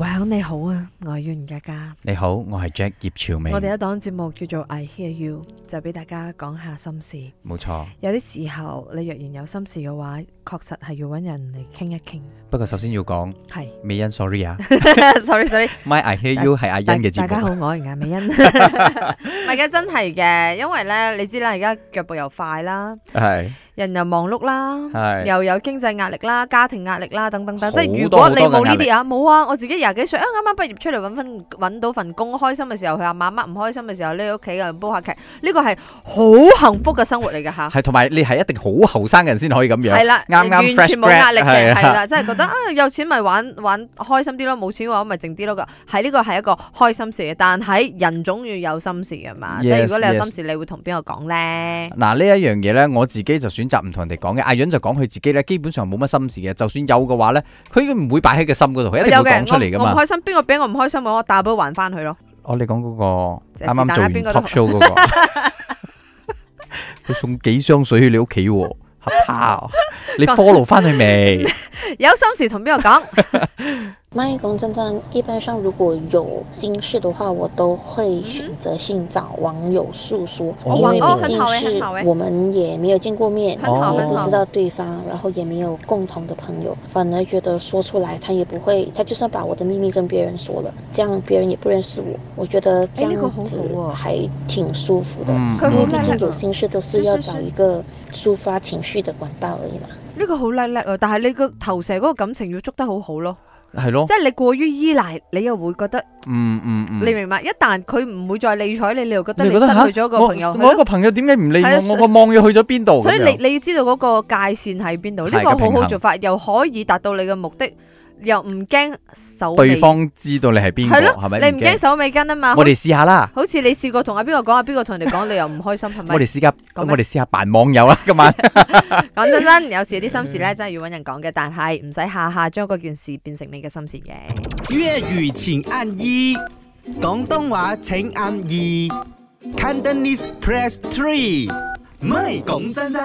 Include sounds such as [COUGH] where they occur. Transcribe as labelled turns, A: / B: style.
A: 哇！你好啊，我係袁家家。
B: 你好，我係 Jack 葉朝明。
A: 我哋一檔節目叫做 I Hear You，就俾大家講下心事。
B: 冇錯，
A: 有啲時候你若然有心事嘅話，確實係要揾人嚟傾一傾。
B: [LAUGHS] 不過首先要講
A: 係
B: 美欣，sorry 啊
A: ，sorry sorry。
B: ，My I Hear You 係阿欣嘅
A: 大
B: 節
A: 家好，
B: 目。
A: 我係顏
B: [LAUGHS]
A: 美欣。唔係嘅，真係嘅，因為咧，你知啦，而家腳步又快啦，
B: 係
A: 人又忙碌啦。
B: 係
A: 又有經濟壓力啦、家庭壓力啦等等等，即
B: 好
A: 係如
B: 多
A: 果
B: 好
A: 你
B: 多嘅
A: 冇呢
B: 壓力
A: 啲啊，冇啊！我自己廿幾歲啊，啱啱畢業出嚟揾份揾到份工，開心嘅時候去阿媽媽，唔開心嘅時候匿喺屋企啊煲下劇，呢個係好幸福嘅生活嚟嘅嚇。
B: 係，同埋你係一定好後生嘅人先可以咁樣。
A: 係啦，
B: 啱啱
A: 完全
B: fresh
A: 冇壓力
B: grad，
A: 嘅，
B: 係啊
A: 係啦，真係覺得啊有錢咪玩玩開心啲咯，冇錢嘅話咪靜啲咯。係呢個係一個開心事嘅，但係人總要有心事㗎嘛。即係
B: Yes，
A: 如果你有
B: yes
A: 心事，你會同邊個講咧？
B: 嗱呢一樣嘢呢，我自己就選擇唔同人哋講嘅。阿潤就講佢自己呢，基本上冇乜心事嘅。就算有嘅話呢，佢唔會擺喺個心嗰度，佢一定
A: 有
B: 會
A: 嘅，
B: 講出嚟噶
A: 我唔
B: 嘛。
A: 開心，邊個俾我唔開心嘅，我打波還翻佢咯。
B: 我你講嗰個
A: 即係
B: 啱啱做
A: 是
B: 完
A: 但啦邊個都
B: talk show 嗰 [LAUGHS] 個，佢送幾箱水去你屋企喎，嚇怕！你 follow 翻去未？
A: 有心事同邊個講？
C: 麦公真真，一般上如果有心事的话，我都会选择性找网友诉说，
B: 哦
C: 因为
B: 网哦
C: 毕
A: 很
C: 竟
A: 好欸很
C: 是
A: 好欸
C: 我们也没有见过面，
A: 很
B: 好
C: 也
B: 很
C: 不
B: 好
C: 知道对方，然后也没有共同的朋友，反而觉得说出来他也不会，他就算把我的秘密跟别人说了，这样别人也不认识我，我觉得这
A: 哎那个
C: 样
A: 好
C: 子
A: 好哦
C: 还挺舒服的。
B: 嗯
A: 佢
C: 因
A: 好
C: 为
B: 嗯
C: 毕
A: 叻
C: 竟有
A: 啊
C: 心事都
A: 是
C: 是要
A: 是
C: 找
A: 是
C: 一个抒发情绪的管道而已嘛。
A: 呢個好叻叻啊！但係你個投射嗰個感情要捉得好好咯，
B: 係咯
A: 即。係你過於依賴，你又會覺得
B: 嗯嗯哦嗯，
A: 你明白？一旦佢唔會再理睬你，你又覺得
B: 你
A: 你
B: 覺
A: 失
B: 得吓
A: 去咗個朋友，
B: 我我一
A: 係
B: 個
A: 咯
B: 朋友點解唔理
A: 係啊
B: 我？我
A: 所
B: 個網友去咗邊度？
A: 所以
B: 咁樣
A: 你你要知道嗰個界線喺邊度，呢
B: 係
A: 個
B: 個平
A: 好
B: 衡
A: 好做法，又可以達到你嘅目的，又唔驚手尾
B: 對方知道你係邊個
A: 係咯
B: 係咪？
A: 你唔驚手尾跟啊嘛？
B: 我哋試下啦，
A: 好似你試過同阿邊個講，阿邊個同人哋講，你又唔開心係咪
B: 我？哋試下，
A: 講
B: 我
A: 咩
B: 哋試下扮網友啦，今晚
A: 講真真，有時啲心事咧真係要揾人講嘅，但係唔使下下將嗰件事變成你嘅心事嘅。
D: 粵語請按一，廣東話請按二，Cantonese press three。唔係講真真。